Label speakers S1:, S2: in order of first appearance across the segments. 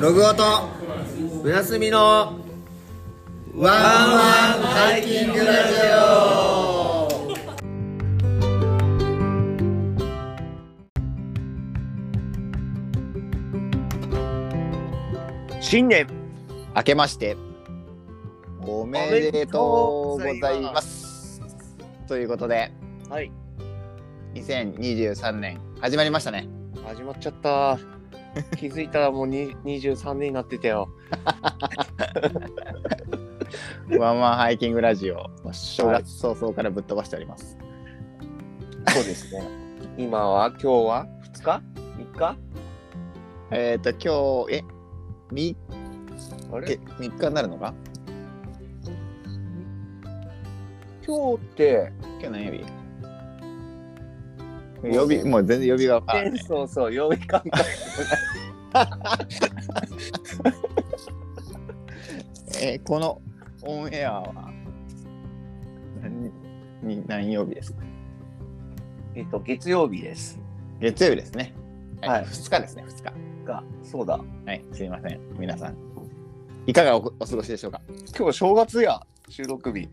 S1: ログオとブラスミのワンワンハイキングラジ
S2: 新年
S3: 明けましておめでとうございます。ということで、
S2: はい
S3: 2023年始まりましたね。
S2: 始まっちゃった 気づいたらもうに23年になってたよ
S3: ワンワンハイキングラジオ、正月早々からぶっ飛ばしております。
S2: そうですね今は今日は2日3日
S3: えっ、ー、と、今日、え、
S2: あ
S3: 3日、3日になるのか
S2: 今日って
S3: 今日何曜日曜日、もう全然曜日がわからない。
S2: そうそう曜日感覚
S3: えーこのオンエアは何に何曜日ですか
S2: えっと月曜日です
S3: 月曜日ですね。
S2: はい
S3: 2日ですね、2日。
S2: がそうだ
S3: はい、すみません、皆さん。いかがおお過ごしでしょうか、
S2: 今日正月や収録日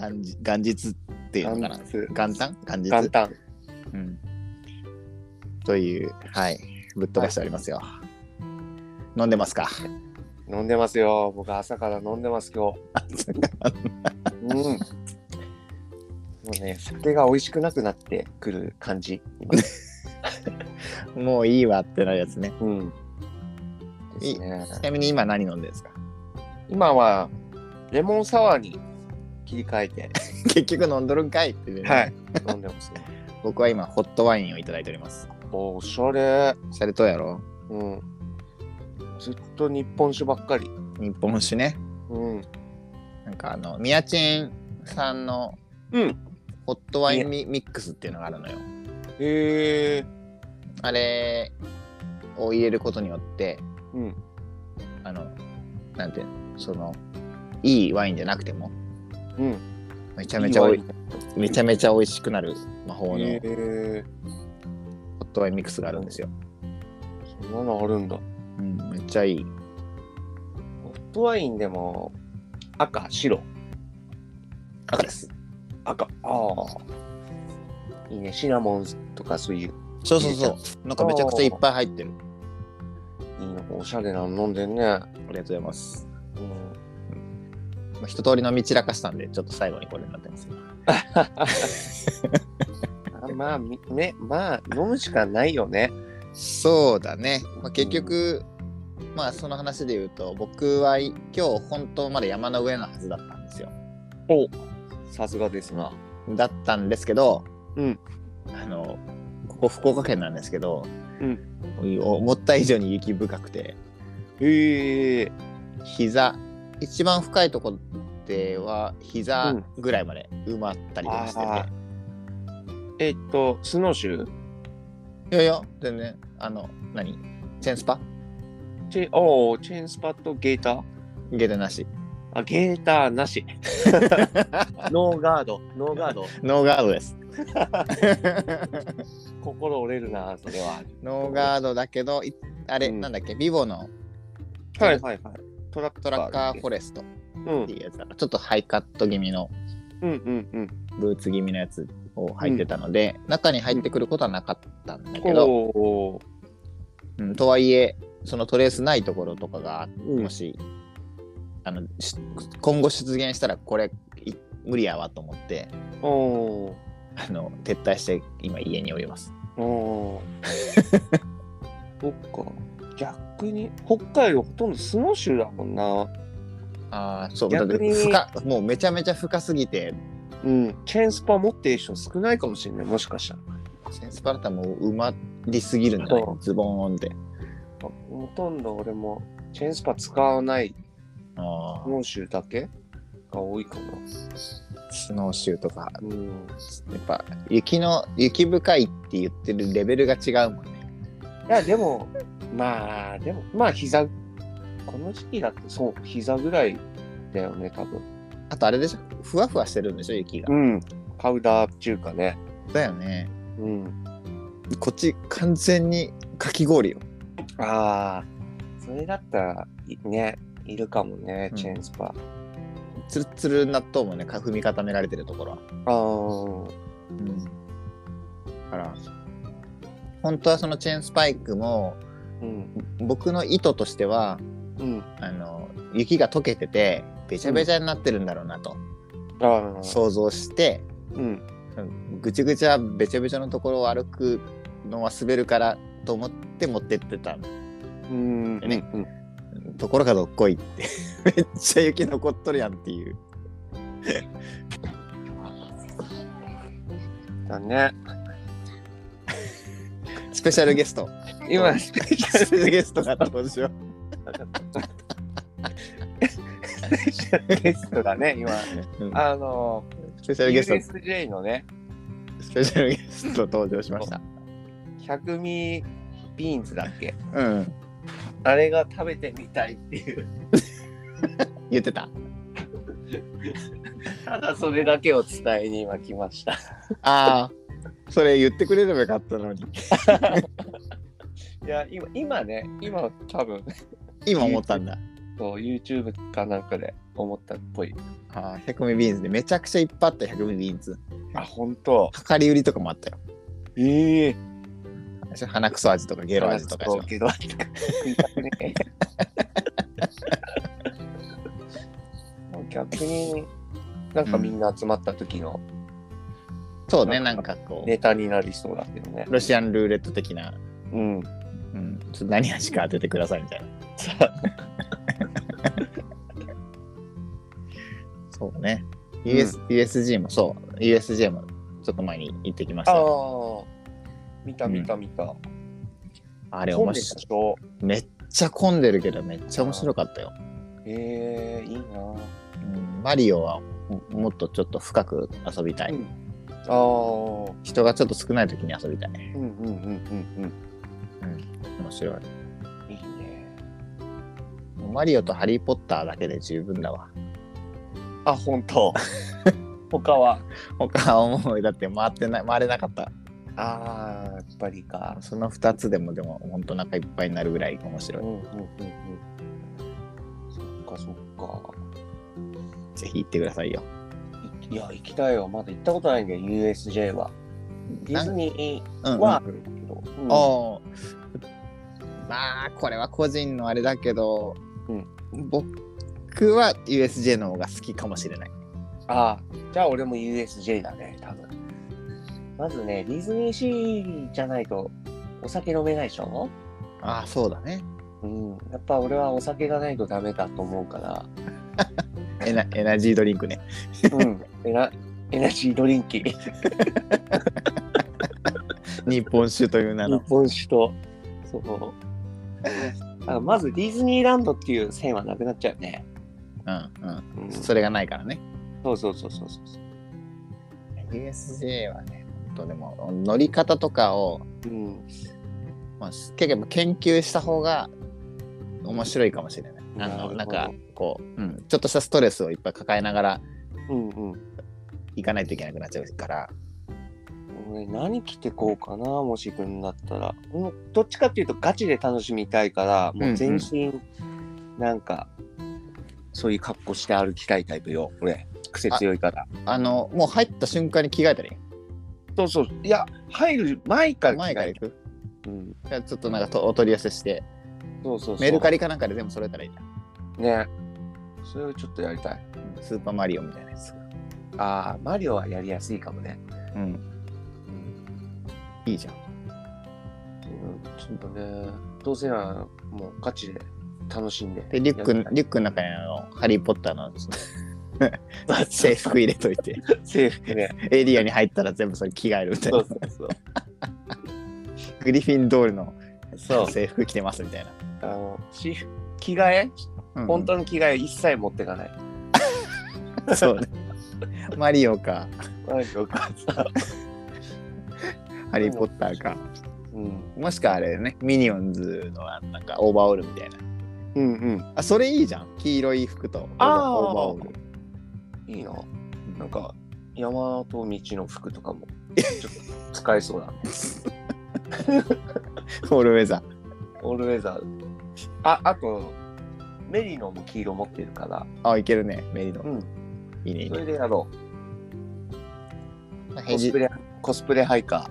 S3: はい、元日元日っていうのかな
S2: 元
S3: 元旦元日
S2: 元旦
S3: うん。という、はい、ぶっ飛ばしておりますよ。飲んでますか
S2: 飲んでますよ僕朝から飲んでます 今日うんもうね酒が美味しくなくなってくる感じ
S3: もういいわってなるやつね。
S2: うん
S3: い
S2: ですね
S3: ちなみに今何飲んでるんですか
S2: 今はレモンサワーに切り替えて、
S3: 結局飲んどるんかいっていうね、
S2: はい、飲んでますね。
S3: 僕は今、ホットワインをいただいております。
S2: おおしゃれ。
S3: シャレとやろ
S2: うん。ずっと日本酒ばっかり。
S3: 日本酒ね。
S2: うん。
S3: なんかあの、ミヤチンさんの
S2: うん。
S3: ホットワインミミックスっていうのがあるのよ。
S2: へえ。
S3: あれを入れることによって、
S2: うん。
S3: あの、なんていうのその、いいワインじゃなくても、
S2: うん。
S3: めちゃめちゃおい
S2: いい
S3: めちゃめちゃ美味しくなる魔法
S2: ワイン
S3: の
S2: へ
S3: ホ
S2: え。
S3: ットワインミックスがあるんですよ。
S2: そんなのあるんだ。
S3: うん、めっちゃいい。
S2: ホットワインでも赤、白、
S3: 赤です。
S2: 赤。ああ。いいね。シナモンとかそういう
S3: そうそうそう。なんかめちゃくちゃいっぱい入ってる。
S2: いいのおしゃれなの飲んでんね。
S3: ありがとうございます。
S2: うん。
S3: まあ、一通り飲み散らかしたんで、ちょっと最後にこれになってます。
S2: あまあみねまあ飲むしかないよね。
S3: そうだね。まあ、結局、まあその話で言うと、僕はい今日本当まだ山の上のはずだったんですよ。
S2: おさすがですな。
S3: だったんですけど、
S2: うん
S3: あのここ福岡県なんですけど、
S2: うん
S3: お思った以上に雪深くて
S2: へえ。
S3: 膝一番深いとこでは膝ぐらいまで埋まったりとかしてて、
S2: あーえっと、スノーシュー
S3: いやいや全然あの何チェーンスパ
S2: チェおーチェーンスパッドゲーター
S3: ゲートなし
S2: あ、ゲーターな し。ノーガード、ノーガード。
S3: ノーガードです
S2: 心折れるな、それは。
S3: ノーガードだけどいあれ、
S2: うん
S3: なんだっけビボの
S2: はいはいはい。トラッ
S3: トラッカーフォ
S2: レ。
S3: レストっ
S2: うん
S3: ていうやつだからちょっとハイカット気味の
S2: うんうん
S3: ブーツ気味のやつを履いてたので、中に入ってくることはなかったんだ
S2: う
S3: け
S2: ん。
S3: ど、
S2: おー
S3: うんとはいえそのトレースないところとかが
S2: うん
S3: もし、あのし今後出現したらこれい無理やわと思って
S2: お
S3: あの撤退して今家におります
S2: ーおー そっか。逆に、北海道ほとんどスノーシューだもんな。
S3: ああそうだっ
S2: 逆
S3: て
S2: に
S3: 深もうめちゃめちゃ深すぎて
S2: うん。チェーンスパ持ってる人少ないかもしれない、もしかしたら。
S3: センスパラタもう埋まりすぎるんじゃない
S2: そう
S3: ズボーンって
S2: ほとんど俺もチェーンスパ使わない
S3: あ
S2: 本州だけが多いかな。
S3: ースノーシューとか
S2: うん。
S3: やっぱ雪の雪深いって言ってるレベルが違うもんね
S2: いや、でも、まあ、でも、まあ、膝、この時期だってそう、膝ぐらいだよね、多分。
S3: あとあれでしょふわふわしてるんでしょ雪が、
S2: うん。パウダーっていうかね。
S3: だよね
S2: うん。
S3: こっち完全にかき氷よ
S2: ああ、それだったら、いね、いるかもね、
S3: うん
S2: チェーンスパ。
S3: つるつる納豆もねか踏み固められてるところは
S2: あー
S3: うんだから本当はそのチェーンスパイクも
S2: うん、
S3: 僕の意図としては
S2: うん、
S3: あの雪が溶けててべちゃべちゃになってるんだろうなと
S2: ああ、
S3: 想像して、
S2: うん、
S3: ぐちゃぐちゃべちゃべちゃのところを歩くのは滑るからと思って持ってってた
S2: うん、
S3: ね
S2: うん、
S3: ところがどっこいって めっちゃ雪残っとるやんっていう
S2: うんだね。
S3: スペシャルゲスト
S2: 今、
S3: スペシャルゲストが登場
S2: ゲストだね、今。
S3: うん
S2: あの、
S3: スペシャルゲス
S2: USJ のね、
S3: トスペシャルゲスト登場しました
S2: 百味ビーンズだっけ
S3: うん
S2: あれが食べてみたいっていう、
S3: 言ってた
S2: ただそれだけを伝えに今来ました。
S3: ああそれ言ってくれればよかったのに
S2: いや、今、今ね、今多分、
S3: 今思ったんだ
S2: そう、YouTube かなんかで思ったっぽい。
S3: あー100ミビーンズでめちゃくちゃいっぱいあった100ミビーンズ
S2: あ、本当。
S3: 量り売りとかもあったよ
S2: ええ
S3: 鼻くそ味とかゲロ味とか でしょ
S2: ゲロ味とか。もう 逆に、なんかみんな集まった時の
S3: そうねなんかこう
S2: ネタになりそうだけどね。
S3: ロシアンルーレット的な、
S2: うん。
S3: うん、ちょっと何味か当ててくださいみたいな。 そうね。US USG もそう。USJ もちょっと前に行ってきまし
S2: あ
S3: た。あ
S2: あ、見た見た見た。
S3: れ
S2: 本
S3: 面
S2: で
S3: 白
S2: しょ。
S3: い。めっちゃ混んでるけど、めっちゃ面白かったよ。
S2: ええいい
S3: うんマリオはももっとちょっと深く遊びたい。
S2: うんな。ああ、うん
S3: 人がちょっと少ない時に遊びたい。
S2: うんうんうん
S3: 面白い。
S2: うん。いいね。
S3: もうマリオとハリー・ポッターだけで十分だわ。
S2: あ、本 当。他は。
S3: 他はもう、だって回ってない、回れなかった。
S2: ああ、やっぱりか。
S3: その2つでもでも本当お腹いっぱいになるぐらい面白い。
S2: うんうんうんうん。そっかそっか。
S3: ぜひ行ってくださいよ。
S2: いいや、行きたいよ。まだ行ったことないんだよ、USJ は。ディズニ
S3: う
S2: ー
S3: ん、
S2: はあ
S3: うん
S2: るけど。うん
S3: おーまあこれは個人のあれだけど、
S2: うん
S3: 僕は USJ の方が好きかもしれない。
S2: ああ、じゃあ俺も USJ だね、多分。まずね、ディズニーシーじゃないとお酒飲めないでしょ
S3: ああそうだね。
S2: うん。やっぱ俺はお酒がないとダメだと思うから。
S3: エナエナジードリンクね。
S2: うん。エナエナジードリンキー、
S3: 日本酒という名の
S2: 日。本酒と、そう。あまずディズニーランドっていう線はなくなっちゃうね。
S3: うんうん。
S2: うん、そ
S3: それがないからね。
S2: うそうそうそうそう。
S3: USJ はね、本当でも乗り方とかを、
S2: うん。
S3: まあ、結構研究した方が面白いかもしれない。あのな
S2: なる
S3: ん
S2: ほど
S3: かこう、うん、ちょっとしたストレスをいっぱい抱えながら
S2: うんうん。
S3: 行かないといけなくなっちゃうから
S2: 俺何着てこうかな、もし行くんだったら。もうどっちかっていうとガチで楽しみたいから、もう全身、なんか、そういう格好して歩きたいタイプよ、俺。癖強いから。
S3: あのもう入った瞬間に着替えたらいい
S2: そうそう。いや、入る前から着替え
S3: 前から行く
S2: うん。
S3: じゃあちょっとなんかとお取り寄せして
S2: そうそうそう。
S3: メルカリかなんかで全部揃えたらいいじゃ
S2: ね。
S3: ん
S2: それをちょっとやりたい。
S3: スーパーマリオみたいなやつ、
S2: ああ、マリオはやりやすいかもね。
S3: うん、いいじゃん
S2: うん、ちょっとね、どうせならもうガチで楽しんで。
S3: でリュック
S2: やりたい
S3: リュックの中にあのハリー・ポッターの 制服入れといて
S2: 制服 ね。
S3: エリアに入ったら全部それ着替えるみたい
S2: そ
S3: な
S2: うそうそう。
S3: グリフィンドールの
S2: そう
S3: 制服着てますみたいな、
S2: あの、私服着替え
S3: うん
S2: 本当の着替え一切持ってかない。
S3: そう ねマリオか
S2: マジお母さん。
S3: ハリー・ポッターか
S2: うん。
S3: もしくはあれだよね、ミニオンズのあのなんかオーバーオールみたいな。
S2: うんうん。
S3: あ、それいいじゃん。黄色い服とオーバー
S2: あー
S3: オーバーオール。
S2: いいな。なんか、山と道の服とか も、ちょっと使えそうだね。
S3: オールウェザ
S2: オールウェザー。あ、あと、メリノも黄色持ってるから、
S3: あ、いけるね、メリノ。
S2: うん
S3: いいね、いい
S2: そ
S3: ね
S2: れ。でやろ
S3: まあ
S2: う。コ
S3: ヘ
S2: ス
S3: ジ
S2: プレ、コスプレハイカ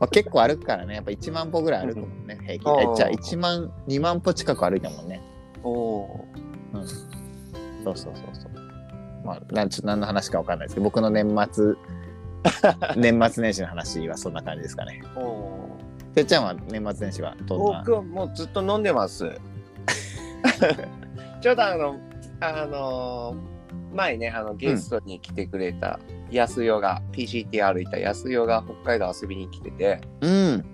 S3: まあ、結構歩くからね、やっぱ1万歩ぐらい歩くもんね、平均
S2: う。ん
S3: えじゃあ1万、2万歩近く歩いたもんね。
S2: ー。お
S3: そうそうそうそう。まあ、なんちょっと何の話かわかんないですけど、僕の年 末、年末年始の話はそんな感じですかね。
S2: ー。お
S3: てっちゃんは年末年始はどんな
S2: 僕はもうずっと飲んでます。 ちょうどあの、あのー前ね、あのゲストに来てくれた安代が、PCT 歩いた安代が北海道遊びに来てて、
S3: うん。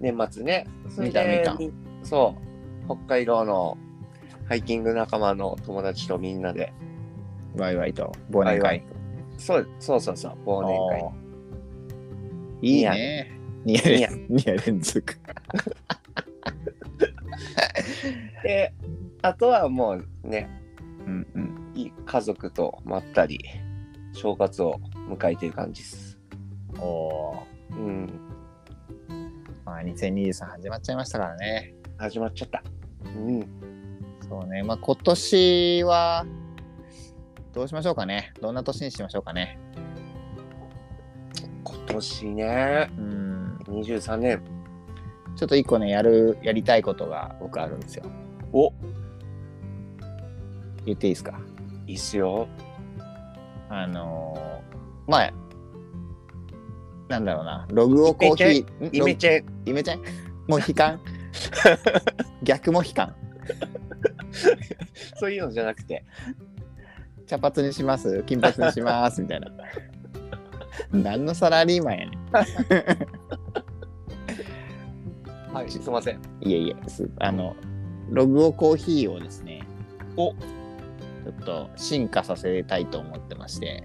S2: 年末ね。それ
S3: 見た
S2: で
S3: 見た
S2: みそう。北海道のハイキング仲間の友達とみんなで。
S3: ワイワイと忘年
S2: ワイワイ
S3: 会。
S2: そうそうそうそう、忘年
S3: 会。いいね。2
S2: いや
S3: 夜二夜連続。
S2: 会。で、あとはもうね、
S3: うんうん。
S2: いい家族とまったり、正月を迎えてる感じです。
S3: おお
S2: うん、
S3: ー。まあ、2023始まっちゃいましたからね。
S2: 始まっちゃった。うん、
S3: そうね、まあ、今年はどうしましょうかね。どんな年にしましょうかね。
S2: 今年ね、
S3: うん、
S2: 23年。
S3: ちょっと一個ね、やる、やりたいことが僕あるんですよ。
S2: お
S3: 言っていいですか。
S2: いいっすよ。
S3: あのーまあ、なんだろうな、ログをコーヒー、ん
S2: イメチェン、
S3: ロイメチェンもう悲観 逆も悲観
S2: そういうのじゃなくて、
S3: 茶髪にします金髪にしますみたいな何のサラリーマンやねん
S2: はい、すいません。
S3: いえいえ、すあの、ログオコーヒーをですね、
S2: お
S3: ちょっと進化させたいと思ってまして、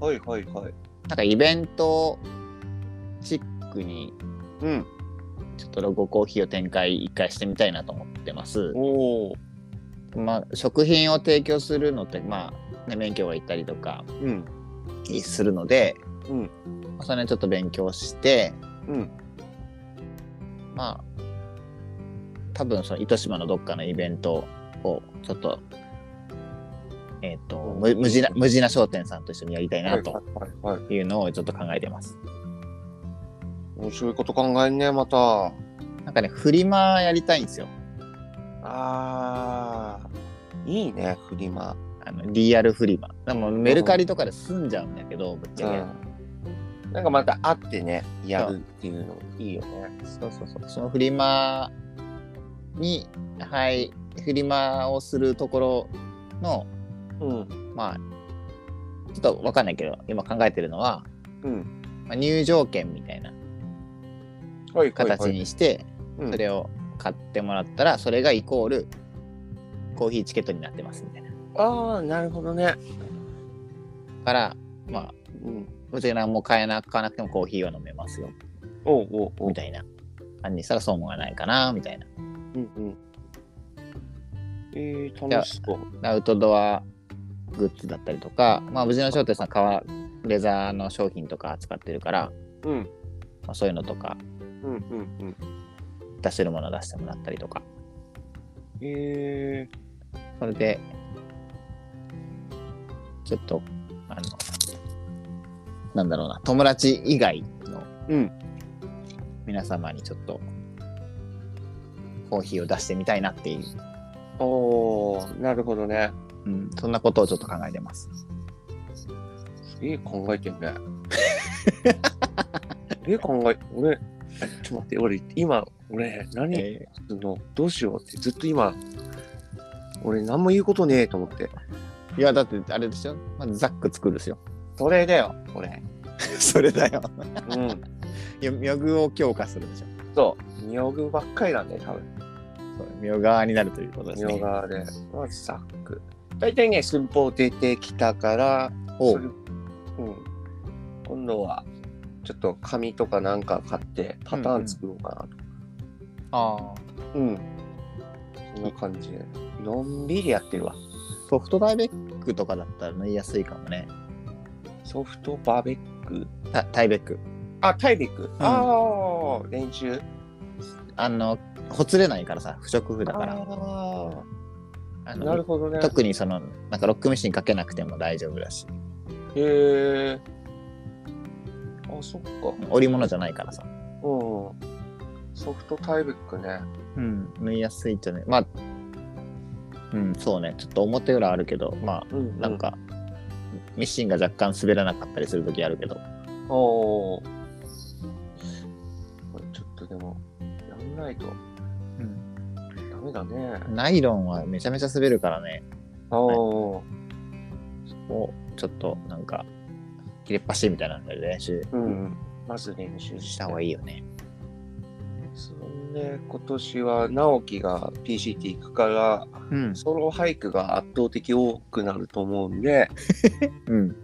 S2: はいはいはい。
S3: なんかイベントチックに、
S2: うん、
S3: ちょっとログオコーヒーを展開一回してみたいなと思ってます。
S2: おお。
S3: まあ、食品を提供するのって、まあ、ね、免許がいったりとか
S2: うん、
S3: するので、
S2: うん
S3: まあそれちょっと勉強して、
S2: うん、
S3: まあ、多分その糸島のどっかのイベントをちょっと、えっ、と、む無地な、無地な商店さんと一緒にやりたい
S2: は
S3: ないと
S2: はいはい。
S3: いうのをちょっと考えてます。
S2: 面白いこと考えんねまた
S3: なんかね、フリマやりたいんですよ。
S2: あーいいねフリマ
S3: あの、リアルフリマ。でもメルカリとかで済んじゃうんだけど、ぶっちゃけ。
S2: うんなんかまた会ってねやるっていうのいいよね
S3: そうそうそう。そのフリマに、はい、フリマをするところの、
S2: うん
S3: まあ、ちょっとわかんないけど、今考えてるのは、
S2: うん
S3: まあ、入場券みたいな
S2: はいはいはい
S3: 形にして、
S2: うん
S3: それを買ってもらったら、それがイコールコーヒーチケットになってますみたいな。だ
S2: ああなるほどね
S3: から、まあ、
S2: うん
S3: ぶっちゃけ何も買えな買わなくてもコーヒーは飲めますよ、
S2: おうおうおう
S3: みたいな感じにしたら損はないかな、みたいな。
S2: うんうんえー、楽しそう
S3: アウトドアグッズだったりとか、まあ、無事の商店さん、革、レザーの商品とか扱ってるから、
S2: うん
S3: まあ、そういうのとか、
S2: うんうんうん
S3: 出せるもの出してもらったりとか、
S2: え
S3: それで、ちょっと、あの、なんだろうな、友達以外の
S2: ー、うん
S3: 皆様にちょっと、コーヒーを出してみたいなっていう、
S2: おおなるほどね
S3: うん、そんなことをちょっと考えてます。
S2: すげえ考えてん ねすげえ考え俺ちょっと待って俺今俺何
S3: え
S2: そのどうしようってずっと今俺何も言うことねえと思って
S3: ーいや、だってあれでしょ、まずザック作るですよ。
S2: それだよ俺
S3: それだよ。
S2: うん
S3: 妙具を強化するでしょ。
S2: そう妙具ばっかりなんだよ多分
S3: そう妙側になるということです
S2: 妙
S3: ね。
S2: 側でまずサック大体ね寸法出てきたから
S3: お
S2: そうれうん今度はちょっと紙とかなんか買ってパターン作ろうかなと
S3: あ
S2: うん、そんな感じでのんびりやってるわ
S3: ーソフトダイベックとかだったら縫いやすいかもね。
S2: ソフトバーベック
S3: タタイベック。
S2: あタイベック、ああ練習
S3: あのほつれないからさ不織布だから
S2: あ
S3: あ
S2: ー
S3: の
S2: なるほどね。
S3: 特にそのなんかロックミシンかけなくても大丈夫だし
S2: へえ。あ、そっか。
S3: 織物じゃないからさ、
S2: うん。ソフトタイルックね。
S3: うん、縫いやすいとねまあうんそうねちょっと表裏あるけどまあ
S2: うん
S3: なん。か、ミシンが若干滑らなかったりする時あるけど
S2: おお。これちょっとでも、やんないとダメだね。
S3: ナイロンはめちゃめちゃ滑るからね
S2: あお。
S3: もうちょっとなんか切れっ端みたいなので練習
S2: うん。まず練習し
S3: した方がいいよね
S2: そんで、今年は直樹が PCT 行くから、
S3: うん
S2: ソロ俳句が圧倒的多くなると思うんで、
S3: うん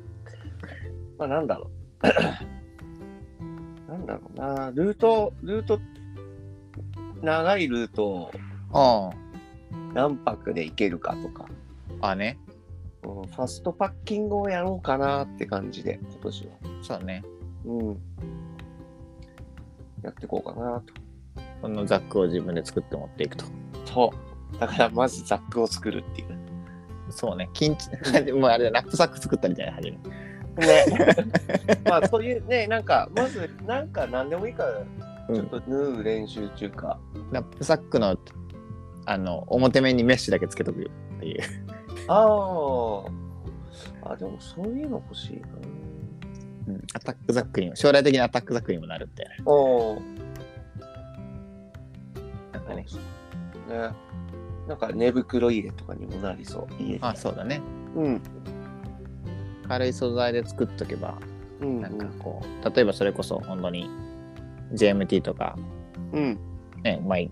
S2: まあなんだろ う。なんだろうな。ルート、ルート、長いルートを
S3: あ
S2: 何泊で行けるかとか、
S3: ああね
S2: うんファストパッキングをやろうかなって感じで、今年は。
S3: そうね
S2: うん。やっていこうかな
S3: このザックを自分で作って持っていくと
S2: と。そう。だからまずザックを作るっていう。
S3: そうね金 もうあれだラップサック作ったみたいな初め
S2: ね。 まあそういうね、なんか、まず、なんか何でもいいから、ちょっと縫う練習っていうか、
S3: ラップサックのあの表面にメッシュだけつけとくよっていう
S2: ああ。あ、でもそういうの欲しいな。
S3: アタックザックにも将来的にアタックザックにもなるみたいな
S2: おお。
S3: なんか
S2: ね
S3: ね。
S2: なんか寝袋入れとかにもなりそう。家に
S3: あそうだね
S2: うん。
S3: 軽い素材で作っとけば
S2: うん。
S3: なんかこう例えばそれこそ本当に JMT とか
S2: うん。
S3: ねまあい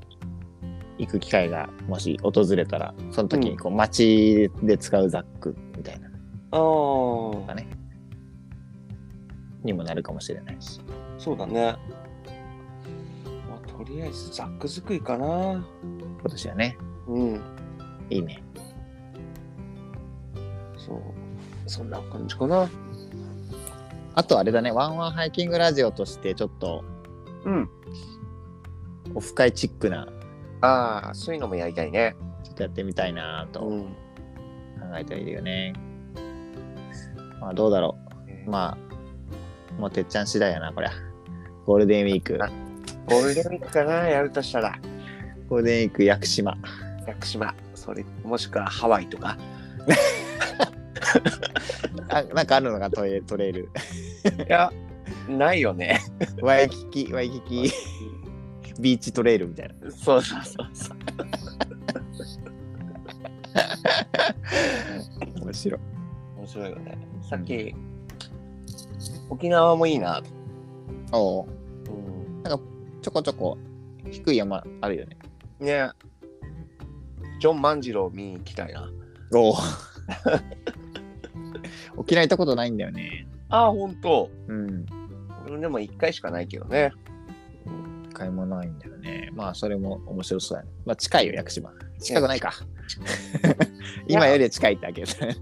S3: 行く機会がもし訪れたらその時にこう街で使うザックみたいなの
S2: ああ。
S3: がねにもなるかもしれないし
S2: そうだね。まあ、とりあえずザック作りかな。
S3: 今年はね
S2: うん。
S3: いいね
S2: そう。そんな感じかな。
S3: あとあれだねワンワンハイキングラジオとしてちょっと
S2: うん。
S3: オフ会チックな
S2: ああ、そういうのもやりたいね。
S3: ちょっとやってみたいなと考
S2: ん。
S3: えてはいるよね、まあどうだろうまあもうてっちゃん次第やなこりゃゴールデンウィーク
S2: あゴールデンウィークかな、やるとしたら。
S3: ゴールデンウィーク屋久島
S2: 屋久島、それ、もしくはハワイとか。
S3: あなんかあるのがト レトレイル
S2: いや、ないよね。
S3: ワイキキワイキキビーチトレイルみたいな
S2: そうそうそうそう。
S3: 面白い
S2: 面白いよね。さっき、沖縄もいいなと。
S3: おうちょこちょこ低い山あるよね
S2: ねジョン万次郎見に行きたいな。
S3: お お沖縄行ったことないんだよね
S2: ああ、ほんと。
S3: うん
S2: 俺でも1回しかないけどね。
S3: 買い物ないんだよね。まあ、それも面白そうやね。まあ、近いよ、屋久島。近くないか。今よりは近いってわけですね。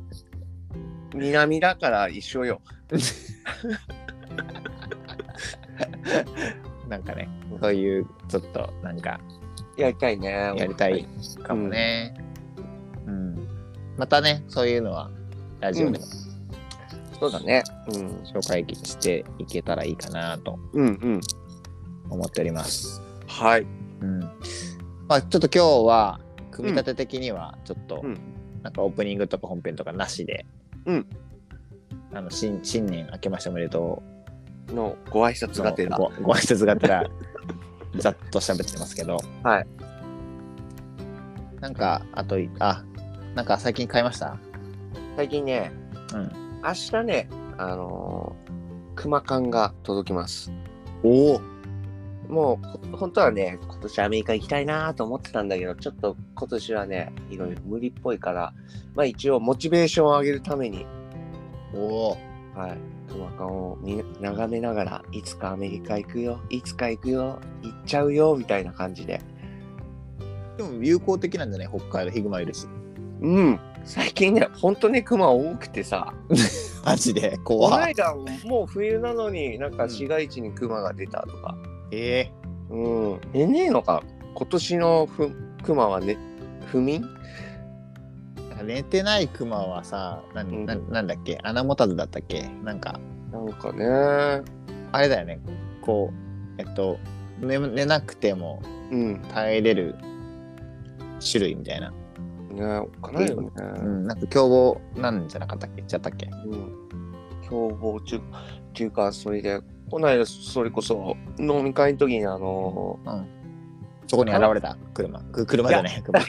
S2: 南だから一緒よ。
S3: なんかね、そういう、ちょっと、なんか、
S2: やりたいね。
S3: やりたいかもね。うん。またね、そういうのは、ラジオでも
S2: そうだね。うん。
S3: 紹介していけたらいいかなと
S2: うんうん。
S3: 思っております。
S2: はい。
S3: うん。まあ、ちょっと今日は、組み立て的には、ちょっと、
S2: うん
S3: なんかオープニングとか本編とかなしで、
S2: うん
S3: あの新新年明けましておめでと
S2: のご挨
S3: う
S2: 拶がてら。
S3: ごご挨拶がてらざっと喋ってますけど
S2: はい
S3: なんかあといあなんか最近買いました
S2: 最近ね、
S3: うん
S2: 明日ね、あのー、熊缶が届きます。
S3: おお
S2: もうこ、本当はね、今年アメリカ行きたいなと思ってたんだけど、ちょっと今年はね、いろいろ無理っぽいから、まあ一応モチベーションを上げるために、
S3: おお
S2: はい、熊缶を見眺めながら、いつかアメリカ行くよ、いつか行くよ、行っちゃうよ、みたいな感じで。
S3: でも有効的なんじゃない北海道ヒグマいるし
S2: うん、最近ね、本当ね、熊多くてさ、
S3: マジで
S2: この
S3: 怖い
S2: 間もう冬なのになん
S3: う
S2: か
S3: ん
S2: 市街地に熊が出たとか、
S3: え
S2: うん。えねえのか。今年のふ熊はね、不眠
S3: 寝てないクマはさ、な
S2: うん
S3: んななんだっけ穴持たずだったっけなんか、
S2: なんかね。
S3: あれだよね。こう、えっと、寝寝なくても
S2: うん。
S3: 耐えれる種類みたいな。
S2: ねおっかないよね。
S3: うん、なんか凶暴なんじゃなかったっけ言っちゃったっけ
S2: うん。凶暴中、っていうか、それで、こないだ、それこそ、飲み会の時にあの、
S3: そこに現れた車。く車じゃねえ、 熊。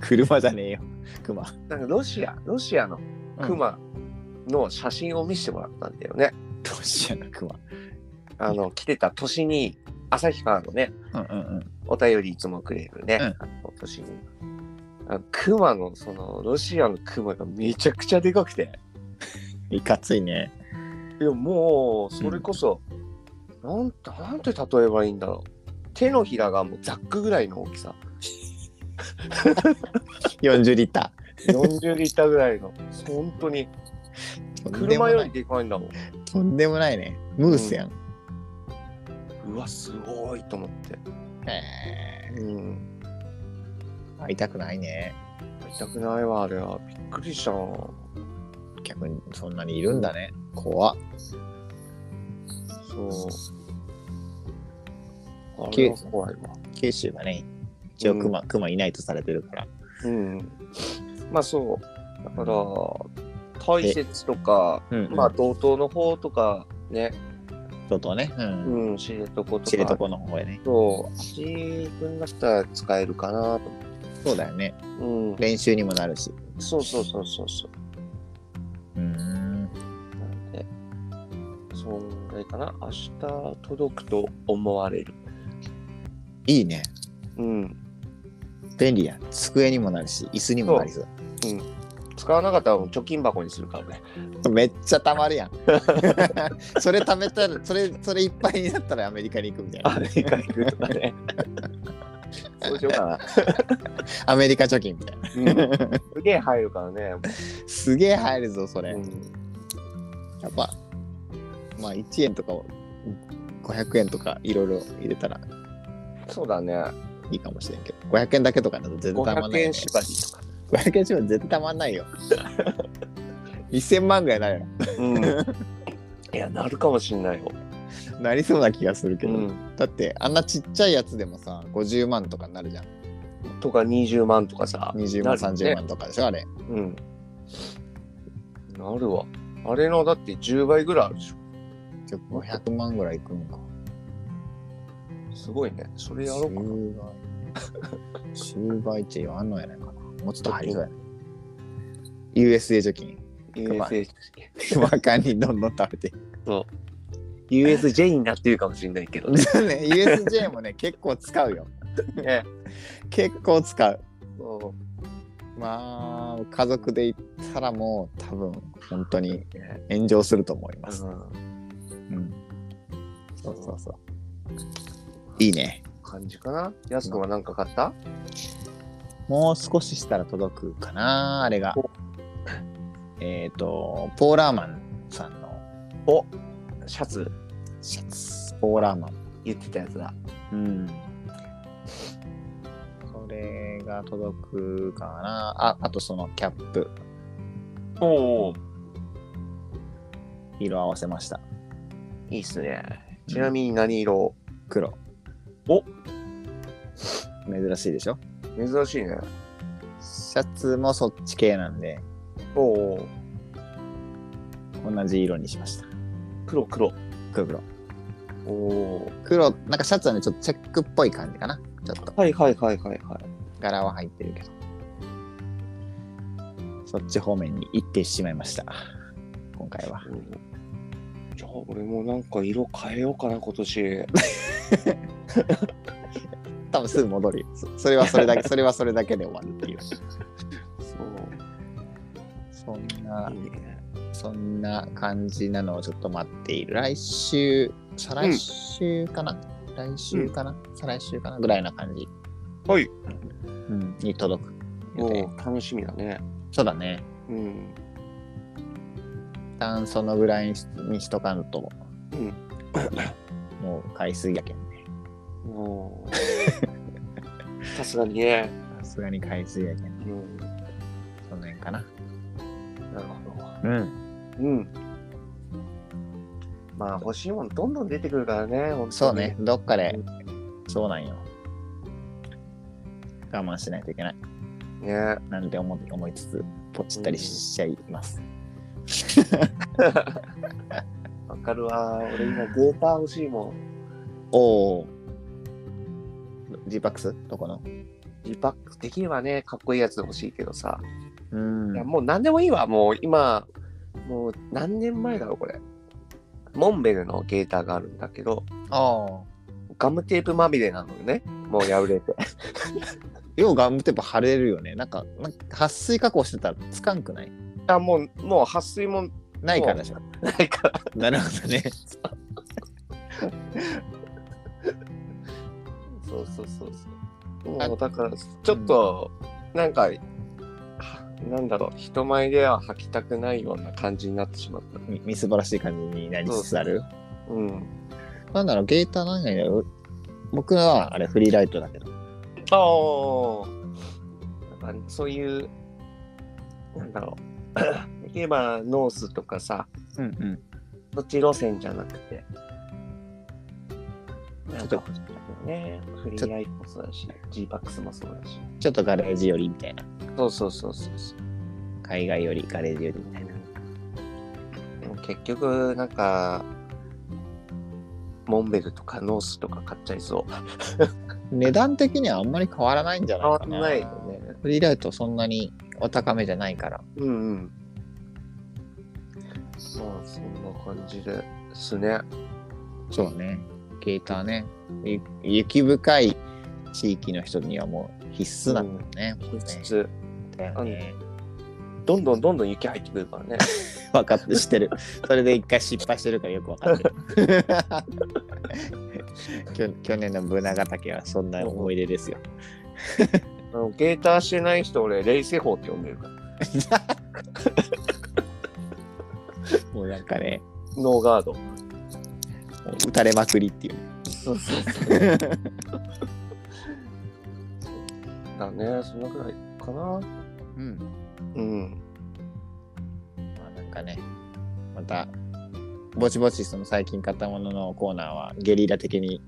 S3: 車じゃねえよ、熊。
S2: なんかロシア、ロシアの熊の写真を見せてもらったんだよね。
S3: どうしような、熊。
S2: あの、来てた年に、旭川のね、
S3: うんうん
S2: お便りいつもくれるね、
S3: うん
S2: あの年に。あの熊の、その、ロシアの熊がめちゃくちゃでかくて。
S3: うん。いかついね。
S2: いや、もう、それこそ、なんて、なんて例えばいいんだろう。手のひらがもうザックぐらいの大 きさ。
S3: 40リッタ
S2: 40リッターぐらいの。本当に。
S3: ー。
S2: 車より
S3: り。
S2: でかいんだもん。
S3: とんでもないね。ムースやん。
S2: うわ、すごいと思って。
S3: へ
S2: うん。
S3: ー会いたくないね。
S2: 痛くないわ、あれは。びっくりしたな。
S3: 逆にそんなにいるんだね。怖っ。
S2: そう。あれ
S3: け
S2: は怖いわ。
S3: 九州がね、一応熊、熊いないとされてるから。
S2: うん。まあそう。だから、大雪とか、
S3: うん
S2: まあ、道東の方とか、ね、
S3: ちょっとね。うん。
S2: うん、知床とか。
S3: 知床の方へね。
S2: そう、足分だったら使えるかなと。
S3: そうだよね。
S2: うん。
S3: 練習にもなるし。
S2: そうそうそうそうそう
S3: ーん。
S2: う。なんで、そんぐらいかな。明日届くと思われる。
S3: いいね。
S2: うん。
S3: 便利や。机にもなるし、椅子にもなりそう。
S2: 使わなかったらもう貯金箱にするからね。
S3: めっちゃたまるやん。 それ貯めたら、それ、それいっぱいになったらアメリカに行くみたいな。
S2: メリカ行くとかね。そうしようかな。
S3: アメリカ貯金みたいな。
S2: うん、すげえ入るからね。
S3: すげえ入るぞ、それ。
S2: うん、
S3: やっぱ、まあ1円とかを500円とかいろいろ入れたら
S2: そうだね。
S3: いいかもしれんけど、500円だけとかだと全然たまん
S2: 500
S3: ない、ね。
S2: 円縛りとか。
S3: 500円しば絶対たまんないよ。1000万ぐらいなるよ。
S2: うん。いや、なるかもしんないよ。
S3: なりそうな気がするけ
S2: う
S3: ど。
S2: ん。
S3: だって、あんなちっちゃいやつでもさ、50万とかになるじゃん。
S2: とか20万とかさ。
S3: 20万、
S2: なるね
S3: 30万とかでしょ、あれ。
S2: うん。なるわ。あれのだって10倍ぐらいあるでし
S3: じゃあ500万ぐらいいくんか。
S2: ょ。すごいね。そ れやろうか。
S3: 10倍。10倍って言わんのやないかな。もうちょっと入りそうやね。USA 貯金。熊
S2: USJ。
S3: 熊間にどんどん食べて
S2: USJ になってるかもしれないけどね。
S3: ね USJ もね結構使うよ
S2: ね
S3: 結構使う
S2: そ
S3: まあ家族で行ったらもう多分本当に
S2: うね。
S3: 炎上すると思います、
S2: うん。
S3: うん、そうそうそういいね
S2: 感じかな。やすくんは何か買った
S3: もう少ししたら届くかなあれが
S2: お
S3: えっ、とポーラーマンさんの
S2: シャツ
S3: シャツポーラーマン
S2: 言ってたやつだ。
S3: うんこれが届くかなああとそのキャップ
S2: おお。
S3: 色合わせました
S2: いいっすね。ちなみに何色
S3: 黒
S2: お
S3: 珍しいでしょ
S2: 珍しいね。
S3: シャツもそっち系なんで
S2: おお。
S3: 同じ色にしました
S2: 黒黒。
S3: 黒黒
S2: おお。
S3: 黒なんかシャツはねちょっとチェックっぽい感じかなちょっと
S2: はいはいはいはいはい。
S3: 柄は入ってるけどそっち方面に行ってしまいました今回は
S2: じゃあ俺もなんか色変えようかな今 年。
S3: 多分すぐ戻るよそそれはそれだ けそれはそれだけで終わるっていう
S2: そう。
S3: そんない
S2: いね。
S3: そんな感じなのをちょっと待っている。来週、再来週かな、来週かな、再来週かなぐらいな感じ。
S2: はい。
S3: うん、に届く予
S2: お
S3: 定。
S2: ー楽しみだね。
S3: そうだね。
S2: うん。
S3: 一旦そのぐらいにしにしとかんと、
S2: うん。
S3: もう買いすぎやけんね。
S2: うんさすがにね。
S3: さすがに海水やけど、
S2: うん。な
S3: その辺かな。
S2: るほど。
S3: うん。
S2: うん。まあ欲しいものどんどん出てくるからね、本当に
S3: そうね。、どっかで、そうなんよ。我慢しないといけない。
S2: ね。
S3: なんて思い思いつつ、ポチったりしちゃいます。
S2: わかるわ。俺今データ欲しいもん。
S3: おお。ジパックスどこの
S2: リパックできればね、かっこいいやつ欲しいけどさ。
S3: うん
S2: いや、もう何でもいいわ。もう今、もう何年前だろう、これ。モンベルのゲーターがあるんだけど、
S3: ああ。
S2: ガムテープまみれなのよね。もう破れて。
S3: ようガムテープ貼れるよね。なんか、なんか撥水加工してたらつかんくない
S2: あ、もう、もう撥水も
S3: ないからでしょ。
S2: ないから。
S3: なるほどね。
S2: そうそうそうそう。
S3: あ
S2: もうだから、ちょっと、なんか、はなんだろう、人前では履きたくないような感じになってしまった。
S3: みみすぼらしい感じになりつつある。
S2: うん。
S3: なんだろう、ゲーターなんかにう僕はあれフリーライトだけど。
S2: ああ。なんか、そういう、なんだろう。で きれば、ノースとかさ、
S3: うんうん。
S2: どっち路線じゃなくて。
S3: ち
S2: な
S3: ょ
S2: んか
S3: っと
S2: 欲しいよね。フリーライトもそうだし、g ックスもそうだし。
S3: ちょっとガレージ寄りみたいな。
S2: そうそうそうそうそう。
S3: 海外よりガレージ寄りみたいな。
S2: でも結局なんかモンベルとかノースとか買っちゃいそう
S3: 値段的にはあんまり変わらないんじゃないかな。
S2: 変わらないよね
S3: フリーライトそんなにお高めじゃないから。
S2: うんうんまあそんな感じですね
S3: そうね。ゲーターね。ゆ雪深い地域の人にはもう必須だもんね。もうね
S2: しつ
S3: だよね
S2: どんどんどんどん雪入ってくるからね
S3: 分かってしてる。それで一回失敗してるからよく分かってる。 去去年のブナガタケはそんな思い出ですよ。
S2: あのゲーターしてない人俺レイセ法って呼んでるから
S3: もうなんかね、
S2: ノーガード
S3: もう打たれまくりっていう。
S2: そうそうそうだねそんなくらいかな
S3: うん。
S2: うん
S3: まあなんかね、また、ぼちぼちその最近買ったもののコーナーはゲリラ的に、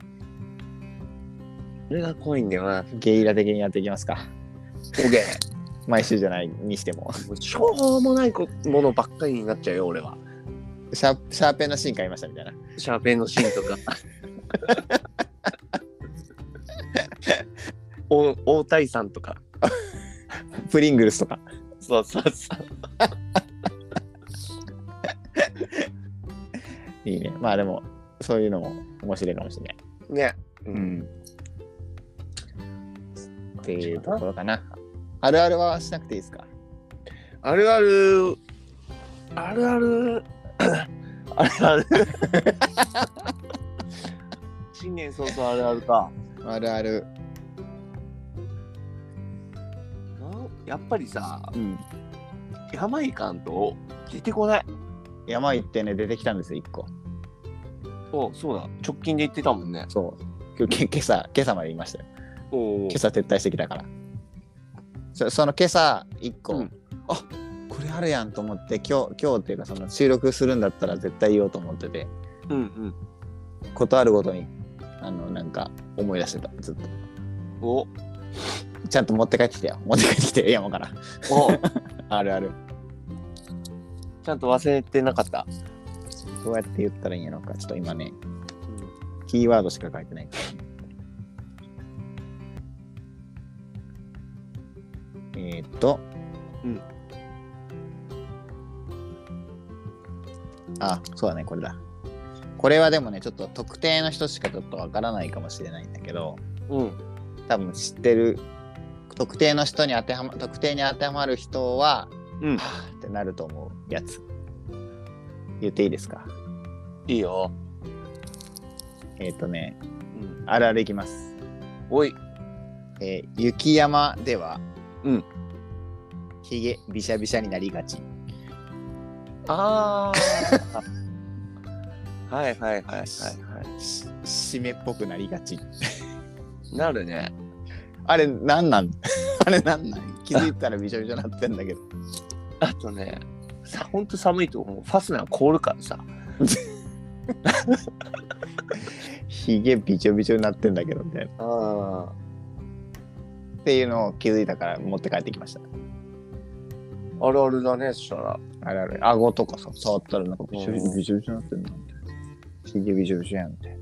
S2: それが怖いんだよな
S3: ゲリラ的にやっていきますか。
S2: オゲ
S3: 毎週じゃないにしても。
S2: ーしょうもないこものばっかりになっちゃうよ俺は
S3: シャープシャーペンの芯買いましたみたいな。
S2: シャーペンの芯 とか。お大谷さんとか。
S3: プリングルスとか。
S2: そうそうそう。
S3: いいね。まあでも、そういうのも面白いかもしれない。
S2: ね。う
S3: う。ん。っていうところかな。あるあるはしなくていいですか
S2: あるある、あるある、 あるある。新年早々あるあるか。
S3: あるある。
S2: なんやっぱりさ、
S3: うん。
S2: 山いかんと出てこない。
S3: 山行ってね、出てきたんですよ、1個。
S2: おそうだ。直近で言ってたもんね。
S3: そう。今日、け今朝、今朝まで言いましたよ。
S2: おお
S3: 今朝撤退してきたから。そその今朝、1個、
S2: うん
S3: あこれあるやんと思って、今日、今日っていうか、その収録するんだったら絶対言おうと思ってて、
S2: うんうん。
S3: ことあるごとに、あの、なんか、思い出してた、ずっと。
S2: お
S3: ちゃんと持って帰ってきてよ。持って帰ってきて、山から。
S2: お
S3: あるある。
S2: ちゃんと忘れてなかった。
S3: どうやって言ったらいいんやろうか。ちょっと今ね、キーワードしか書いてない。えーっと。
S2: うん
S3: あ、そうだね、これだ。これはでもね、ちょっと特定の人しかちょっとわからないかもしれないんだけど、
S2: うん。
S3: 多分知ってる、特定の人に当てはま、特定に当てはまる人は、
S2: うん
S3: はぁってなると思うやつ。言っていいですか
S2: いいよ。
S3: えーっ、とね、
S2: うん。
S3: あるあるいきます。
S2: おい。
S3: えー雪山では、
S2: うん。
S3: ひげびしゃびしゃになりがち。
S2: あ あ。はいはいはいはいはい。
S3: し湿っぽくなりがち。
S2: なるね。
S3: あれ、なんなん あれ、なんなん気づいたらびしょびしょなってんだけど。
S2: あとね、さほんと寒いと思う。ファスナー凍るからさ。
S3: ひげびちょびちょになってんだけど、みたいな。
S2: あ
S3: っていうのを気づいたから持って帰ってきました。
S2: あ。あるあるだね、そしたら。
S3: あれあれ、顎とかさ、触ったらなんかびしょびしょびしょびしょになってんだ、みたいな。ひげびしょびしょやん、みたいな。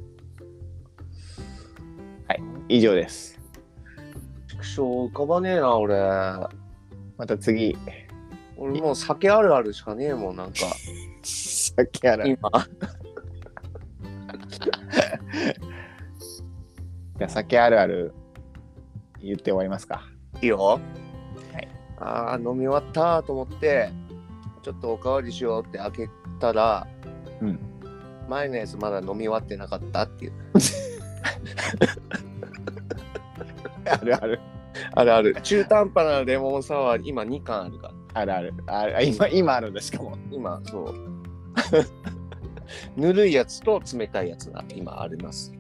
S3: はい、以上です。
S2: 畜生浮かばねえな、俺。
S3: また次、
S2: 俺もう酒あるあるしかねえもん、なんか。
S3: 酒洗い。
S2: 今。
S3: じゃあ酒あるある言って終わりますか。
S2: いいよ。ああ、飲み終わったと思って、ちょっとおかわりしようって開けたら、
S3: うん
S2: 前のやつまだ飲み終わってなかったっていう。
S3: あるある。
S2: あるある。中途半端なレモンサワー、今2缶あるから。
S3: あるある。あるあ今、今あるんだ、しかも。
S2: 今、そう。 ぬるいやつと冷たいやつが今あります。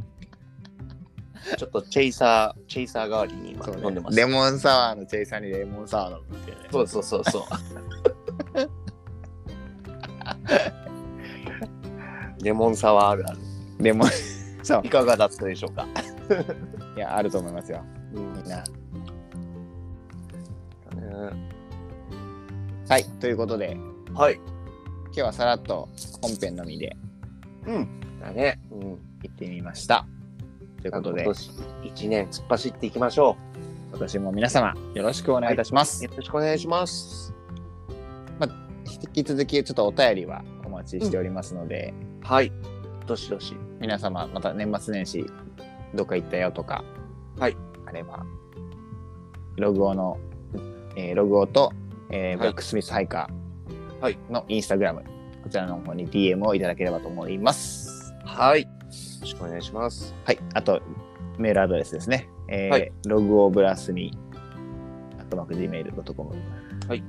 S2: ちょっとチェイサー、チェイサー代わりに今飲んでます。
S3: レモンサワーのチェイサーにレモンサワー飲むっていうね。
S2: そうそうそう そう。レモンサワーあるある。
S3: レモンサワ
S2: いかがだったでしょうか。
S3: ー。いや、あると思いますよ。
S2: うん
S3: みんな。
S2: ね
S3: はい、ということで、今
S2: はい。
S3: 日はさらっと本編のみで
S2: だね。うん。
S3: 行ってみました。ということで
S2: 今、年一年突っ走っていきましょ
S3: 今年も皆様よろしくお願いいたします
S2: う。。よろしくお願いします。
S3: 引き続き、ちょっとお便りはお待ちしておりますので、
S2: はい。どしどし。
S3: 皆様、また年末年始、どっか行ったよとか、
S2: はい。
S3: あれば、ログオの、えーログオと、えー
S2: い
S3: ブラックスミスハイカ
S2: はい
S3: ーのインスタグラム、こちらの方に DM をいただければと思います。
S2: はい。よろしくお願いします。
S3: はい。あと、メールアドレスですね。えー
S2: はい
S3: ログオブラスミ、アットマーク Gmail.com。
S2: はい。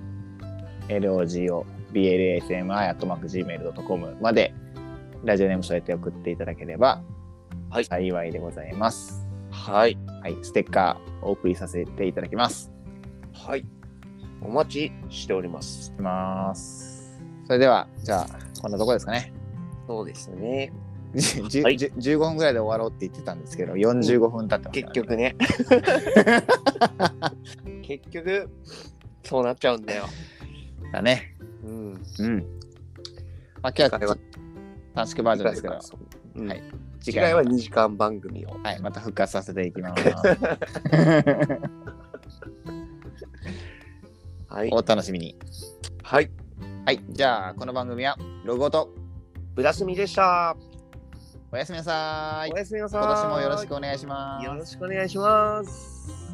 S3: LOGO、BLASMI、アットマーク Gmail.com まで、ラジオネーム添えて送っていただければ、
S2: はい
S3: 幸いでございます。
S2: はい。
S3: はい。ステッカー、お送りさせていただきます。
S2: はい。お待ちしております。
S3: います。それでは、じゃあ、こんなとこですかね。
S2: そうですね。
S3: じゅじゅ
S2: はい
S3: 15分ぐらいで終わろうって言ってたんですけど、45分経ってます、
S2: 結。局ね。 結局、そうなっちゃうんだよ。
S3: だね。
S2: うん。
S3: うん。まあ、今日
S2: 回は
S3: は短縮バージョンですけど、
S2: うん
S3: はい
S2: 次回は2時間番組を。
S3: はい、また復活させてい きます。
S2: はい。
S3: お楽しみに。
S2: はい。
S3: はい、じゃあ、この番組はロゴと
S2: ブラスミでした。
S3: おやすみなさーい
S2: お。やすみなさい。
S3: 今年もよろしくお願いします
S2: よ。ろしくお願いします。